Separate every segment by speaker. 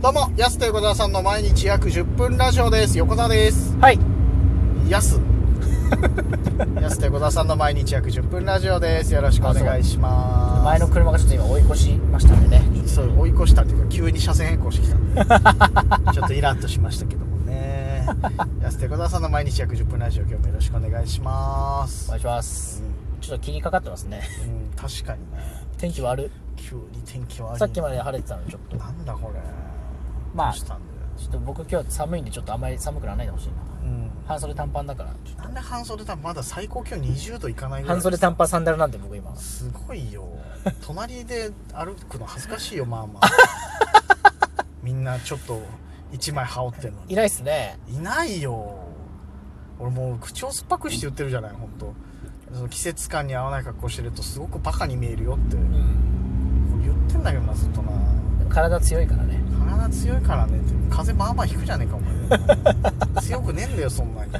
Speaker 1: どうも、やすと横澤さんの毎日約10分ラジオです。横澤です。
Speaker 2: はい。
Speaker 1: や す。やすと横澤さんの毎日約10分ラジオです。よろしくお願いします。
Speaker 2: 前の車がちょっと今追い越しましたんでね。
Speaker 1: そう、追い越したっていうか、急に車線変更してきた んで。ちょっとイラッとしましたけどもね。 やすと横澤さんの毎日約10分ラジオ、今日もよろしくお願いしま
Speaker 2: お
Speaker 1: す。
Speaker 2: 願いします。ちょっと気にかかってますね。
Speaker 1: う ん、うん確かにね。
Speaker 2: 天気悪
Speaker 1: 急に天気悪い。
Speaker 2: い。さっきまで晴れてたのにちょっと。ちょ
Speaker 1: なんだこれ。
Speaker 2: まあ
Speaker 1: どうしたんだよ。
Speaker 2: っと僕今日寒いんでちょっとあまり寒くならないでほしいな。
Speaker 1: うん。
Speaker 2: 半袖短パンだから。ちょっ
Speaker 1: なんで半袖だまだ最高気温20度いかないぐ
Speaker 2: と
Speaker 1: らい
Speaker 2: 半袖短パンサンダルなんで僕今。
Speaker 1: すごいよ隣で歩くの恥ずかしいよまあまあ みんなちょっと一枚羽織ってんのに
Speaker 2: いないっすね。
Speaker 1: いないよ俺もう口を酸っぱくして言ってるじゃない本当その季節感に合わない格好してるとすごくバカに見えるよって
Speaker 2: うん。
Speaker 1: 言ってんだけどなずっとな
Speaker 2: 体強いからね。
Speaker 1: 体強いからねって風まあまあ引くじゃねえかお 前強くねえんだよそんなに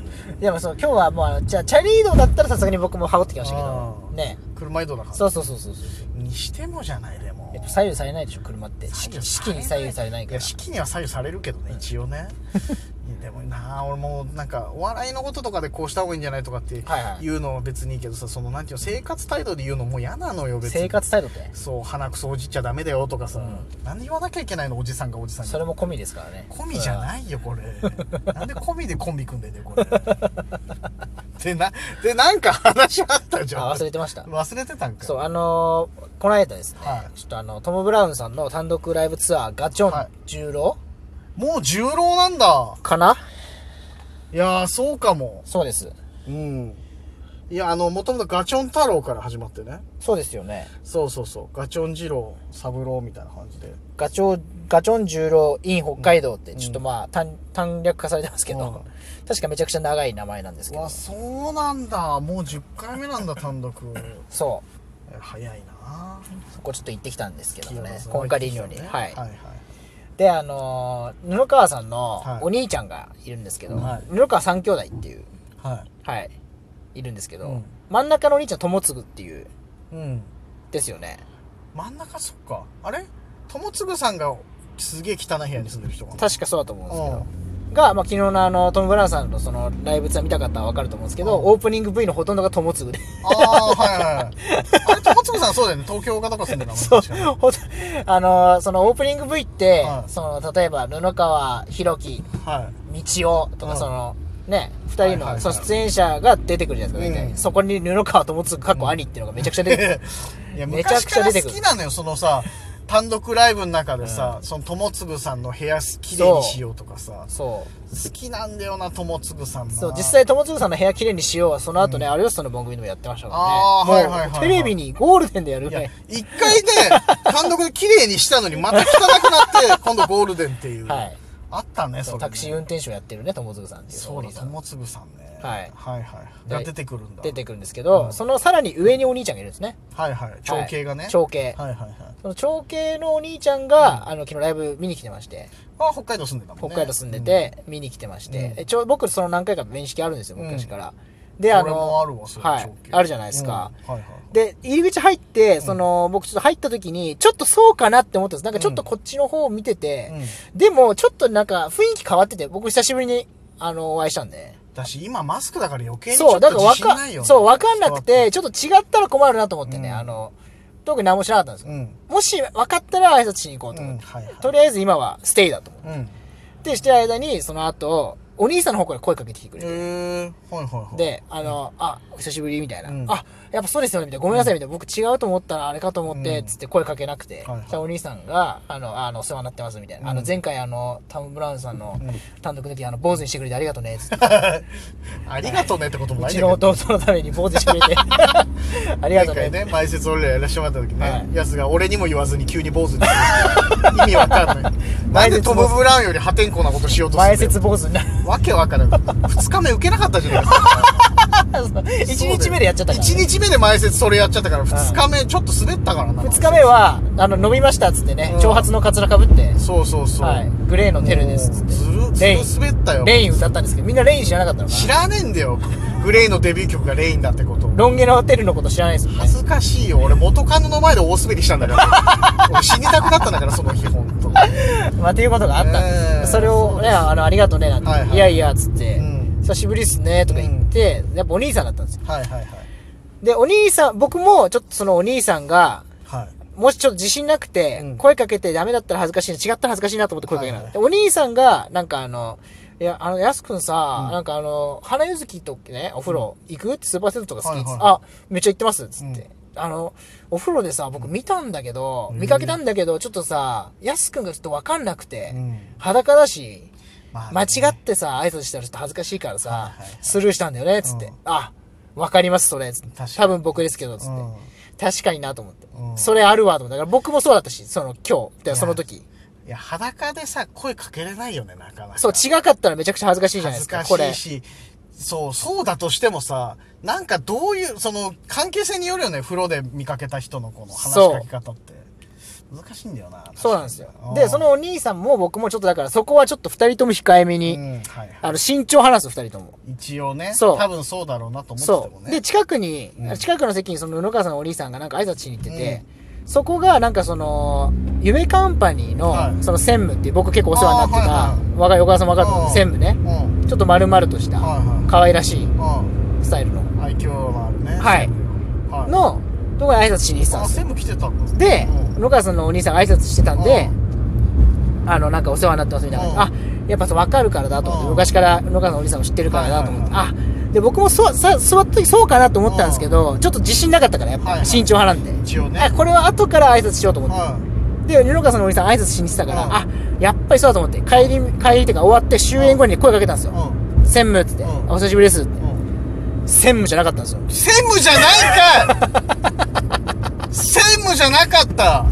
Speaker 2: でもそう、今日はもうあの、じゃあ、チャリ移動だったらさすがに僕も羽織ってきましたけど
Speaker 1: う。ん
Speaker 2: ね。
Speaker 1: 車移動だから
Speaker 2: そうそうそうそうそう。
Speaker 1: にしてもじゃないでも
Speaker 2: やっぱ左右されないでしょ、車って。四季四季に左右されないから
Speaker 1: や。式には左右されるけどね、一応 ねいやでもなあ俺もうなんかお笑いのこととかでこうした方がいいんじゃないとかって
Speaker 2: はいはい
Speaker 1: 言うのは別にいいけどさそのなんていうの生活態度で言うのもう嫌なのよ別に
Speaker 2: 生活態度って。
Speaker 1: そう鼻くそおじっちゃダメだよとかさ、
Speaker 2: う
Speaker 1: なんで言わなきゃいけないのおじさんがおじさん
Speaker 2: そ
Speaker 1: が
Speaker 2: れも込みですからね。
Speaker 1: 込みじゃないよこ れなんで込みでコンビ組んでんだよこれ でなでなんか話あったじゃん
Speaker 2: あ忘れてました
Speaker 1: 忘れてたんか
Speaker 2: そう、あのーこの間ですね、
Speaker 1: はい
Speaker 2: ちょっとあの、トム・ブラウンさんの単独ライブツアー、ガチョ
Speaker 1: はい
Speaker 2: ン、十郎
Speaker 1: もう重郎なんだ
Speaker 2: かない
Speaker 1: やーそうかも
Speaker 2: そうです。
Speaker 1: うん。いや、あの、もともとガチョン太郎から始まってね。
Speaker 2: そうですよね。
Speaker 1: そうそうそう。ガチョン二郎、三郎みたいな感じで。
Speaker 2: ガチョ、ガチョン十郎 in 北海道って、ちょっとまあ、単、単略化されてますけど、確かめちゃくちゃ長い名前なんです
Speaker 1: う
Speaker 2: けど
Speaker 1: わ、、そうなんだ。もう10回目なんだ、単独。
Speaker 2: そ
Speaker 1: え早いな
Speaker 2: う、そこちょっと行ってきたんですけどもね
Speaker 1: 清、田さん
Speaker 2: コンカリーニョに。
Speaker 1: ね
Speaker 2: はい。
Speaker 1: はいはい。
Speaker 2: で、あのー布川さん
Speaker 1: はい
Speaker 2: のお兄ちゃんがいるんですけど、
Speaker 1: はい
Speaker 2: 布川三兄弟っていう、
Speaker 1: はい。
Speaker 2: はい、いるんですけど、
Speaker 1: うん
Speaker 2: 真ん中のお兄ちゃん、友継っていう、
Speaker 1: うん。
Speaker 2: ですよね。
Speaker 1: 真ん中、そっか。あれ友次さんが、すげえ汚い部屋に住んでる人かな。
Speaker 2: 確かそうだと思うんですけ
Speaker 1: うん
Speaker 2: ど。が、まあ、昨日のあの、トム・ブラウンさんのその、ライブツアー見た方はわかると思うんですけど、オープニング V のほとんどが友継で。
Speaker 1: ああ、はいはい。あれ、友次さんそうだよね。東京かどこか住んでるの
Speaker 2: そう
Speaker 1: 確 かに。
Speaker 2: ほと あの、そのオープニング V って、
Speaker 1: はい
Speaker 2: その、例えば、布川、弘樹、
Speaker 1: は
Speaker 2: 道夫と
Speaker 1: う
Speaker 2: か、
Speaker 1: ん
Speaker 2: その、ね、二人
Speaker 1: はいはいは
Speaker 2: の、
Speaker 1: い
Speaker 2: その出演者が出てくるじゃないですか、大
Speaker 1: うん
Speaker 2: 体。そこに布川友継、かっこ兄っていうのがめちゃくちゃ出てくる。
Speaker 1: いや
Speaker 2: めちゃくちゃ出てくる
Speaker 1: 昔から好きなのよそのさ単独ライブの中でさ、その友次さんの部屋きれいにしようとかさ
Speaker 2: そう。
Speaker 1: 好きなんだよな友次さんな
Speaker 2: そう、実際、友継さんの部屋きれいにしようは、その後ね、有吉さんの番組でもやってました
Speaker 1: あー
Speaker 2: から
Speaker 1: はい
Speaker 2: ね。
Speaker 1: はいはい
Speaker 2: も
Speaker 1: は
Speaker 2: う、
Speaker 1: い
Speaker 2: テレビにゴールデンでやる
Speaker 1: い
Speaker 2: ぐ
Speaker 1: や
Speaker 2: らい。
Speaker 1: 一回ね単独できれいにしたのにまた汚くな って今度ゴールデンっていう、
Speaker 2: はい。
Speaker 1: あったねそれね
Speaker 2: タクシー運転手をやってるね、友継さんっていう。
Speaker 1: そう
Speaker 2: お
Speaker 1: だ
Speaker 2: 兄さん
Speaker 1: 友次さんね、
Speaker 2: はい
Speaker 1: はいはいが
Speaker 2: で
Speaker 1: 出てくるんだ
Speaker 2: 出てくるんですけど、そのさらに上にお兄ちゃんがいるんですね。
Speaker 1: はいはい長兄がね、
Speaker 2: はい長兄
Speaker 1: はいはいはい
Speaker 2: その長兄のお兄ちゃんが、あの、昨日ライブ見に来てまして、
Speaker 1: あ北海道住んでたもん
Speaker 2: 北
Speaker 1: ね
Speaker 2: 海道住んで、て、見に来てまして、えちょ、僕、その何回か面識あるんですよ、
Speaker 1: うん
Speaker 2: 昔から。で、あ
Speaker 1: 俺も
Speaker 2: の、
Speaker 1: あるわそれ
Speaker 2: はい
Speaker 1: 長兄、
Speaker 2: あるじゃないですか。
Speaker 1: うんはいはい
Speaker 2: で、入り口入って、その、僕ちょっと入った時に、ちょっとそうかなって思ったんです。なんかちょっとこっちの方を見てて、でも、ちょっとなんか雰囲気変わってて、僕久しぶりに、あの、お会いしたんで。
Speaker 1: だし今マスクだから余計にちょ
Speaker 2: そう、
Speaker 1: っと
Speaker 2: だからわ
Speaker 1: 自信
Speaker 2: か
Speaker 1: ないよ、、ね、
Speaker 2: そう、わかんなく
Speaker 1: 人は
Speaker 2: て、ちょっと違ったら困るなと思ってね、
Speaker 1: うん
Speaker 2: あの、特に何もしなかったんですけど、
Speaker 1: うん
Speaker 2: もし分かったら挨拶しに行こうと
Speaker 1: う
Speaker 2: 思っ
Speaker 1: ん
Speaker 2: て、
Speaker 1: はいはい
Speaker 2: とりあえず今はステイだと思っ
Speaker 1: うん
Speaker 2: て、してる間に、その後、お兄さんの方から声かけてきてくれて、
Speaker 1: えー、はいはいはい
Speaker 2: で、あの、あ、お久しぶりみたいな、
Speaker 1: うん
Speaker 2: あ、やっぱそうですよね、みたいな、ごめんなさい、みたいな、僕違うと思ったらあれかと思って、
Speaker 1: うん
Speaker 2: つって声かけなくて、
Speaker 1: はいはい
Speaker 2: そしたらお兄さんが、あの、ああの、お世話になってます、みたいな、あの、前回あの、タム・ブラウンさんの単独の時、あの、坊主にしてくれてありがと うね、つって。
Speaker 1: ありがとうねってことも
Speaker 2: う
Speaker 1: ないん
Speaker 2: ち
Speaker 1: だ
Speaker 2: の
Speaker 1: けど
Speaker 2: 弟のために坊主してく れて。ありがと
Speaker 1: 前
Speaker 2: うね。
Speaker 1: 回ね前説俺らやらしてもらった時ね、
Speaker 2: はい
Speaker 1: やすが俺にも言わずに急に坊主にしてる意味わか んないなんでトム・ブラウンより破天荒なことしようとする
Speaker 2: 前
Speaker 1: んだよ
Speaker 2: 説坊主 になる。
Speaker 1: わけわからん2日目受けなかったじゃないです か
Speaker 2: 一日目でやっちゃったから。
Speaker 1: 1日目で前説それやっちゃったから2日目ちょっと滑ったからな
Speaker 2: 二日目は、あの、飲みましたっつってね
Speaker 1: うん、
Speaker 2: 長髪のカツラかぶって、
Speaker 1: そうそうそう、
Speaker 2: はい、グレーのテルですっつって。
Speaker 1: ずるず
Speaker 2: レイ
Speaker 1: る
Speaker 2: ン
Speaker 1: 滑ったよ
Speaker 2: レイン歌ったんですけど、みんなレイン知らなかったのか
Speaker 1: 知
Speaker 2: な
Speaker 1: らねえんだよグレイのデビュー曲がレインだってこと
Speaker 2: ロン毛のテルのこと知らないですよね
Speaker 1: 恥。ずかしいよ俺元カノの前で大滑りしたんだから俺死にたくなったんだからその日本当。
Speaker 2: まあ、っていうことがあったんですよ、
Speaker 1: ええ
Speaker 2: それを
Speaker 1: そう
Speaker 2: ね
Speaker 1: です
Speaker 2: あの、ありがとうね、なんて、
Speaker 1: はいいはい
Speaker 2: やいや、つって、
Speaker 1: うん
Speaker 2: 久しぶりっすね、とか言って、やっぱお兄さんだったんですよ。
Speaker 1: はいはいはい
Speaker 2: で、お兄さん、僕も、ちょっとそのお兄さんが、
Speaker 1: はい
Speaker 2: もしちょっと自信なくて、
Speaker 1: うん
Speaker 2: 声かけてダメだったら恥ずかしいな、違ったら恥ずかしいなと思って声かけなかった。でお兄さんが、なんかあの、いや、あの、やすくんさ、
Speaker 1: うん
Speaker 2: なんかあの、花ゆずきとね、お風呂行くってスーパーセントとか好きっつって、
Speaker 1: はいは
Speaker 2: あ、めっちゃ行ってますっつって。
Speaker 1: うん
Speaker 2: あの、お風呂でさ、僕見たんだけど、
Speaker 1: うん
Speaker 2: 見かけたんだけど、ちょっとさ、やすくんがちょっとわかんなくて、
Speaker 1: うん
Speaker 2: 裸だし、
Speaker 1: まあ
Speaker 2: 間違
Speaker 1: ね
Speaker 2: ってさ、挨拶したらちょっと恥ずかしいからさ、
Speaker 1: はいはいはい
Speaker 2: スルーしたんだよね、つって。
Speaker 1: うん
Speaker 2: あ、わかります、それ、つって
Speaker 1: 確かに
Speaker 2: 多分僕ですけど、つって。
Speaker 1: うん
Speaker 2: 確かになと思って。
Speaker 1: うん
Speaker 2: それあるわと思って。だから僕もそうだったし、その今日、
Speaker 1: い
Speaker 2: で
Speaker 1: や
Speaker 2: その時。
Speaker 1: いや裸でさ声かけれないよねなかなか
Speaker 2: そう、違かったらめちゃくちゃ恥ずかしいじゃな
Speaker 1: 恥
Speaker 2: いで
Speaker 1: ず
Speaker 2: すか、
Speaker 1: か
Speaker 2: これ。
Speaker 1: しいしそうそうだとしてもさなんかどういうその関係性によるよね風呂で見かけた人のこの話しかけ方って難しいんだよな
Speaker 2: そうなんですよ
Speaker 1: 確か。に
Speaker 2: で、そのお兄さんも僕もちょっとだから、そこはちょっと二人とも控えめ
Speaker 1: う
Speaker 2: に、
Speaker 1: んはいは
Speaker 2: あの、慎重話す二人とも。
Speaker 1: い一応ね
Speaker 2: そう
Speaker 1: 多分そうだろうなと思ってて
Speaker 2: そ
Speaker 1: も
Speaker 2: う。
Speaker 1: ね
Speaker 2: で、近くに、
Speaker 1: うん
Speaker 2: 近くの席にその布川さんのお兄さんがなんか挨拶しに行ってて、そこがなんかその、夢カンパニー
Speaker 1: は
Speaker 2: の、
Speaker 1: い
Speaker 2: その専務っていう僕結構お世話にな
Speaker 1: あー
Speaker 2: って
Speaker 1: はい
Speaker 2: た、若い、お母さんも分かると思う
Speaker 1: うん
Speaker 2: 専務ね。
Speaker 1: うん
Speaker 2: ちょっと丸々とした
Speaker 1: はいはい、
Speaker 2: 可愛らしい
Speaker 1: うん
Speaker 2: スタイルの、
Speaker 1: 愛嬌のあるね
Speaker 2: はい
Speaker 1: はい
Speaker 2: の、とこに挨拶しに行ってたん
Speaker 1: あ
Speaker 2: ですよ
Speaker 1: 専務来てたんだ
Speaker 2: で
Speaker 1: うん
Speaker 2: 野川さんのお兄さんが挨拶してたんで、あのなんかお世話になってますみたいな感じで、あやっぱそう分かるからだと思って、
Speaker 1: うん
Speaker 2: 昔から野川さんのお兄さんを知ってるからだと思って、
Speaker 1: は
Speaker 2: あで僕もそうさ座った時そうかなと思ったんですけど、ちょっと自信なかったからやっ
Speaker 1: はい
Speaker 2: ぱ
Speaker 1: はい
Speaker 2: 慎重派なんで、
Speaker 1: 一応ね
Speaker 2: あこれは後から挨拶しようと思って、
Speaker 1: うん
Speaker 2: で野川さんのお兄さん挨拶しに来てたから、
Speaker 1: うん
Speaker 2: あやっぱりそうだと思って帰り帰りっていうか終わって終演後に声かけたんですよ、
Speaker 1: うん
Speaker 2: 専務っつって、
Speaker 1: うん
Speaker 2: あお久しぶりですって
Speaker 1: うん
Speaker 2: 専務じゃなかったんですよ
Speaker 1: 専務じゃないんかい専務じゃなかった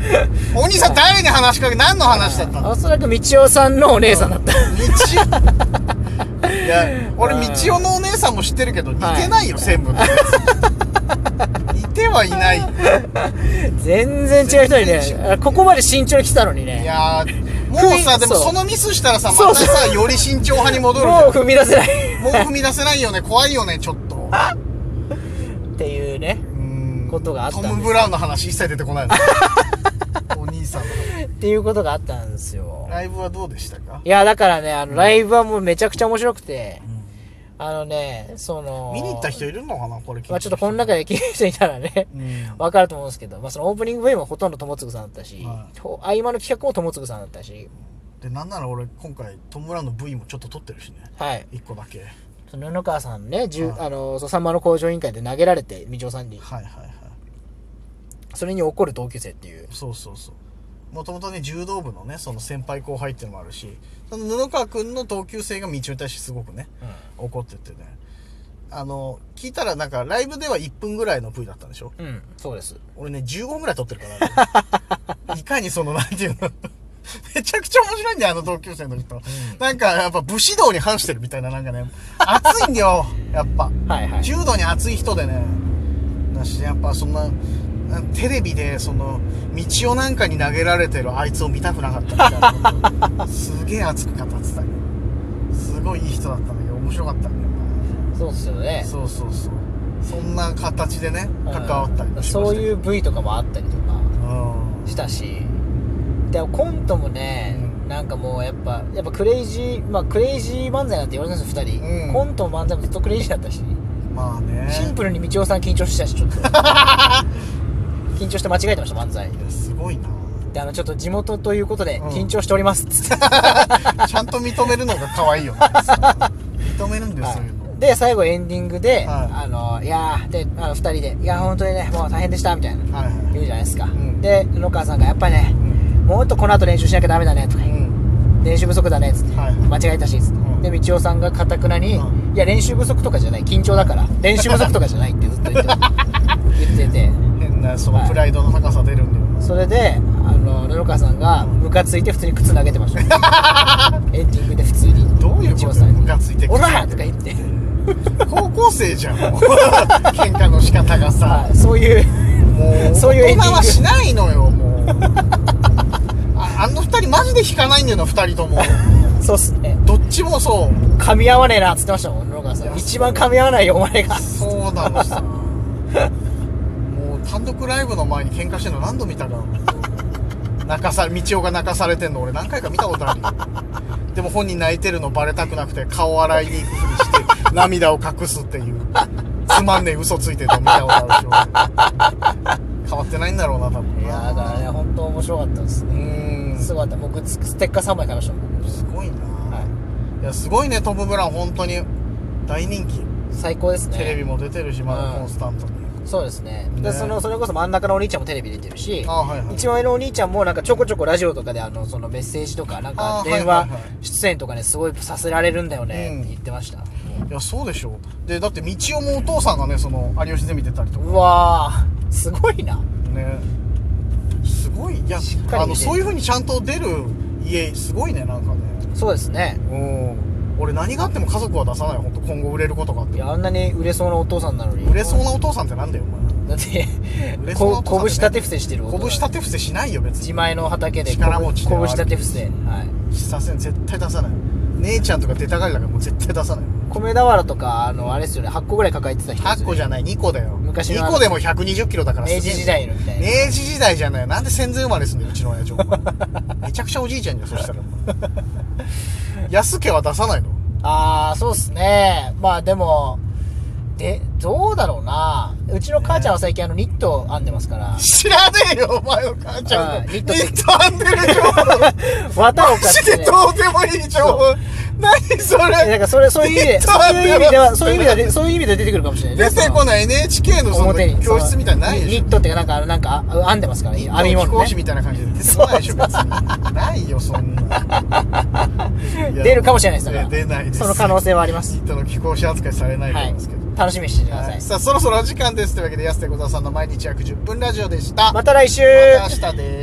Speaker 1: お兄さん誰に話しかけ何の話だったの
Speaker 2: おそらく道夫さんのお姉さんだった、
Speaker 1: 道いや俺
Speaker 2: うん
Speaker 1: 道夫のお姉さんも知ってるけど似
Speaker 2: はい
Speaker 1: てないよ、専務と似てはいないい
Speaker 2: 全然違う人に
Speaker 1: 全然
Speaker 2: ね、あここまで慎重に来てたのにね、
Speaker 1: やーもうさでも
Speaker 2: そ
Speaker 1: そ
Speaker 2: う
Speaker 1: のミスしたらさま
Speaker 2: そう
Speaker 1: た
Speaker 2: そう
Speaker 1: さより慎重派に戻るじ
Speaker 2: も
Speaker 1: ゃ
Speaker 2: うん踏み出せない
Speaker 1: もう踏み出せないよね怖いよねちょっと
Speaker 2: っていうね、
Speaker 1: うん
Speaker 2: ことがあったんです
Speaker 1: トム・ブラウンの話一切出てこないの お兄さんの話
Speaker 2: っていうことがあったんですよ。
Speaker 1: ライブはどうでしたか
Speaker 2: いや、だからね、あの、ライブはもうめちゃくちゃ面白くて、
Speaker 1: ん
Speaker 2: あのね、その、
Speaker 1: 見に行った人いるのかなこれ聞いて
Speaker 2: まあ
Speaker 1: る
Speaker 2: ち
Speaker 1: 人
Speaker 2: ょっとこの中で聞いてる人いたらね、
Speaker 1: うん
Speaker 2: わかると思うんですけど、まあそのオープニング V もほとんど友次さんだったし、
Speaker 1: はい
Speaker 2: と合間の企画も友次さんだったし、
Speaker 1: でなんなら俺今回トム・ブラウンの V もちょっと撮ってるしね
Speaker 2: はい。
Speaker 1: 一個だけ
Speaker 2: その布川さんね、じゅ
Speaker 1: はい
Speaker 2: あの、そうさんまの工場委員会で投げられて、みちおさんに、
Speaker 1: はいはいはい
Speaker 2: それに怒る同級生っていう。
Speaker 1: そうそうそうもともとね柔道部のねその先輩後輩っていうのもあるしその布川君の同級生が道夫に対してすごくね怒っててねあの聞いたらなんかライブでは1分ぐらいの V だったんでしょ
Speaker 2: うん、そうです。
Speaker 1: 俺ね15分ぐらい撮ってるから ねいかにそのなんていうの めちゃくちゃ面白いんだよあの同級生の人、なんかやっぱ武士道に反してるみたいななんかね熱いんだよ やっぱ
Speaker 2: はいはい。
Speaker 1: 柔道に熱い人でねだしやっぱそんななんテレビでその道をなんかに投げられてるあいつを見たくなかったみたい なすげえ熱く語ってたけどすごいいい人だったんだけど面白かったんだよ
Speaker 2: そうですよね
Speaker 1: な。そうそうそうそんな形でね関わったりもしましたけど
Speaker 2: そういう部位とかもあったりとか
Speaker 1: うん
Speaker 2: したしでコントもね
Speaker 1: うん
Speaker 2: なんかもうやっぱやっぱクレイジーまあクレイジー漫才なんて言われてるんですよ2人、
Speaker 1: うん
Speaker 2: コントも漫才もずっとクレイジーだったし
Speaker 1: まあね
Speaker 2: シンプルに道夫さん緊張してたしちょっ と緊張して間違えてました漫才
Speaker 1: いやすごいな
Speaker 2: であのちょっと地元ということで
Speaker 1: うん
Speaker 2: 緊張しておりますっつって、
Speaker 1: ちゃんと認めるのが可愛いよ ね認めるんだよそういうの
Speaker 2: で最後エンディング
Speaker 1: は
Speaker 2: で、
Speaker 1: い
Speaker 2: あのいやーであの2人で「いや本当にねもう大変でした」みたいな
Speaker 1: はいはい
Speaker 2: 言うじゃないですか、
Speaker 1: ん
Speaker 2: で野川さんが「やっぱりね
Speaker 1: うん
Speaker 2: もっとこの後練習しなきゃダメだね」とか言っ
Speaker 1: う
Speaker 2: て
Speaker 1: ん
Speaker 2: 練習不足だねっつって、
Speaker 1: はい
Speaker 2: 間違えたしっつって、
Speaker 1: うん
Speaker 2: で道夫さんがかたくなに、
Speaker 1: う
Speaker 2: いや練習不足とかじゃない緊張だから練習不足とかじゃないってずっと言って言ってて
Speaker 1: 変なそのプライドの高さ出るんだよな
Speaker 2: それであの布川さんがムカついて普通に靴投げて ましたエンディングで普通に
Speaker 1: どういうこと
Speaker 2: 道夫さんに
Speaker 1: ムカついて
Speaker 2: オラーとか言って、
Speaker 1: 高校生じゃんもう喧嘩の仕方がさ
Speaker 2: はいそういう
Speaker 1: もう
Speaker 2: そういうエンディ
Speaker 1: 大人
Speaker 2: ング
Speaker 1: はしないのよもうああの二人マジで引かないんだよな二人とも
Speaker 2: そうっすね
Speaker 1: どっちもそう
Speaker 2: 噛み合わねえなっつってましたもん布川さん一番噛み合わないよお前が
Speaker 1: そうなのさもう単独ライブの前に喧嘩してるの何度見たか泣かされ、道夫が泣かされてんの俺何回か見たことあるよ。でも本人泣いてるのバレたくなくて顔洗いに行くふりして涙を隠すっていう。つまんねえ嘘ついてるの見たことあるし。俺変わってないんだろうな、多分。
Speaker 2: いやーだからね、本当面白かったです
Speaker 1: う
Speaker 2: ね。
Speaker 1: ーん。
Speaker 2: す
Speaker 1: す
Speaker 2: ごかった。もうグッズ、ステッカー3枚買いましたもん。
Speaker 1: ごいな、、
Speaker 2: はい
Speaker 1: や、すごいね、トム・ブラウン、本当に大人気。
Speaker 2: 最高ですね。
Speaker 1: テレビも出てるし、まだ
Speaker 2: うん
Speaker 1: コンスタントに。
Speaker 2: そうですね。
Speaker 1: ね
Speaker 2: で、その、それこそ真ん中のお兄ちゃんもテレビ出てるし、
Speaker 1: あはいはい。
Speaker 2: 一番上のお兄ちゃんもなんかちょこちょこラジオとかであの、そのメッセージとか、なん
Speaker 1: あ
Speaker 2: か
Speaker 1: ー
Speaker 2: 電
Speaker 1: は
Speaker 2: 話
Speaker 1: いはいはい
Speaker 2: 出演とかね、すごいさせられるんだよねって言ってました。
Speaker 1: いや、そうでしょう。で、だって、道夫もお父さんがね、その、有吉ゼミ出たりとか
Speaker 2: うわー、すごいな。
Speaker 1: ね。すごい。いや
Speaker 2: しっ、かり見てる
Speaker 1: あの、そういう風にちゃんと出る家、すごいね、なんかね。
Speaker 2: そうですね。
Speaker 1: うん。俺、何があっても家族は出さない、ほんと。今後売れることがあっ
Speaker 2: い
Speaker 1: ても。
Speaker 2: や、あんなに売れそうなお父さんなのに。
Speaker 1: 売れそうなお父さんってなんだよ、お前。
Speaker 2: だって
Speaker 1: 売れ、そうなお
Speaker 2: こ
Speaker 1: 父さん
Speaker 2: 拳立て伏せしてる
Speaker 1: 拳立て伏せしないよ、別に
Speaker 2: 自。前の畑で
Speaker 1: 力持ちで
Speaker 2: 拳立て伏せ。はい。
Speaker 1: 喫茶店絶対出さない。姉ちゃんとか出たがりだから、もう絶対出さない。
Speaker 2: 米俵とか、あの、あれですよね、8個ぐらい抱えてた人で
Speaker 1: 8
Speaker 2: すよ
Speaker 1: 個
Speaker 2: ね、
Speaker 1: じゃない、2個だよ。
Speaker 2: 昔の
Speaker 1: 2個でも120キロだからすげえ
Speaker 2: 明治時代のみたいな。
Speaker 1: 明治時代じゃないなんで戦前生まれすんだようちの親 父お前めちゃくちゃおじいちゃんじゃんそしたらお前安家は出さないの
Speaker 2: ああ、そうっすね。まあでも、で、どうだろうな。うちの母ちゃんは最近あの、ニット編んでます から。
Speaker 1: 知らねえよお前の母ちゃん
Speaker 2: あ
Speaker 1: の
Speaker 2: ー
Speaker 1: ニ
Speaker 2: ニ
Speaker 1: ッ
Speaker 2: ッ
Speaker 1: ト
Speaker 2: ト
Speaker 1: 編んでる情報
Speaker 2: 綿を
Speaker 1: マジ
Speaker 2: 買
Speaker 1: で
Speaker 2: って。
Speaker 1: どうでもいい情報
Speaker 2: そ
Speaker 1: 何そ
Speaker 2: え
Speaker 1: れ
Speaker 2: なんかそれ、そういう意味
Speaker 1: ニ
Speaker 2: で、
Speaker 1: ッ
Speaker 2: そ
Speaker 1: ト
Speaker 2: う
Speaker 1: 編ん
Speaker 2: い
Speaker 1: で
Speaker 2: う意味で
Speaker 1: ま
Speaker 2: は、
Speaker 1: す
Speaker 2: そういう意味ではで、そういう意味では出てくるかもしれ ないね
Speaker 1: 出てこない NHK の
Speaker 2: そ
Speaker 1: そ
Speaker 2: の
Speaker 1: の
Speaker 2: 表に。
Speaker 1: 教室みたいなのないで
Speaker 2: ニ
Speaker 1: しょ
Speaker 2: ットってかなんか、あのなんか、あ編んでますから、編み
Speaker 1: 飛
Speaker 2: 物
Speaker 1: 行士
Speaker 2: ね。
Speaker 1: みたいな感じで出てこないでしょ別にないよそんな
Speaker 2: 出るかもしれないですだから
Speaker 1: いや出ないです
Speaker 2: その可能性はあります
Speaker 1: ニ。ットの貴公子扱いされないと
Speaker 2: は
Speaker 1: 思い
Speaker 2: い
Speaker 1: ますけど、。
Speaker 2: 楽しみにしててくださ
Speaker 1: はいい、。さあそろそろお時間ですというわけで安手小沢さんの毎日約10分ラジオでした
Speaker 2: また来週
Speaker 1: また明日です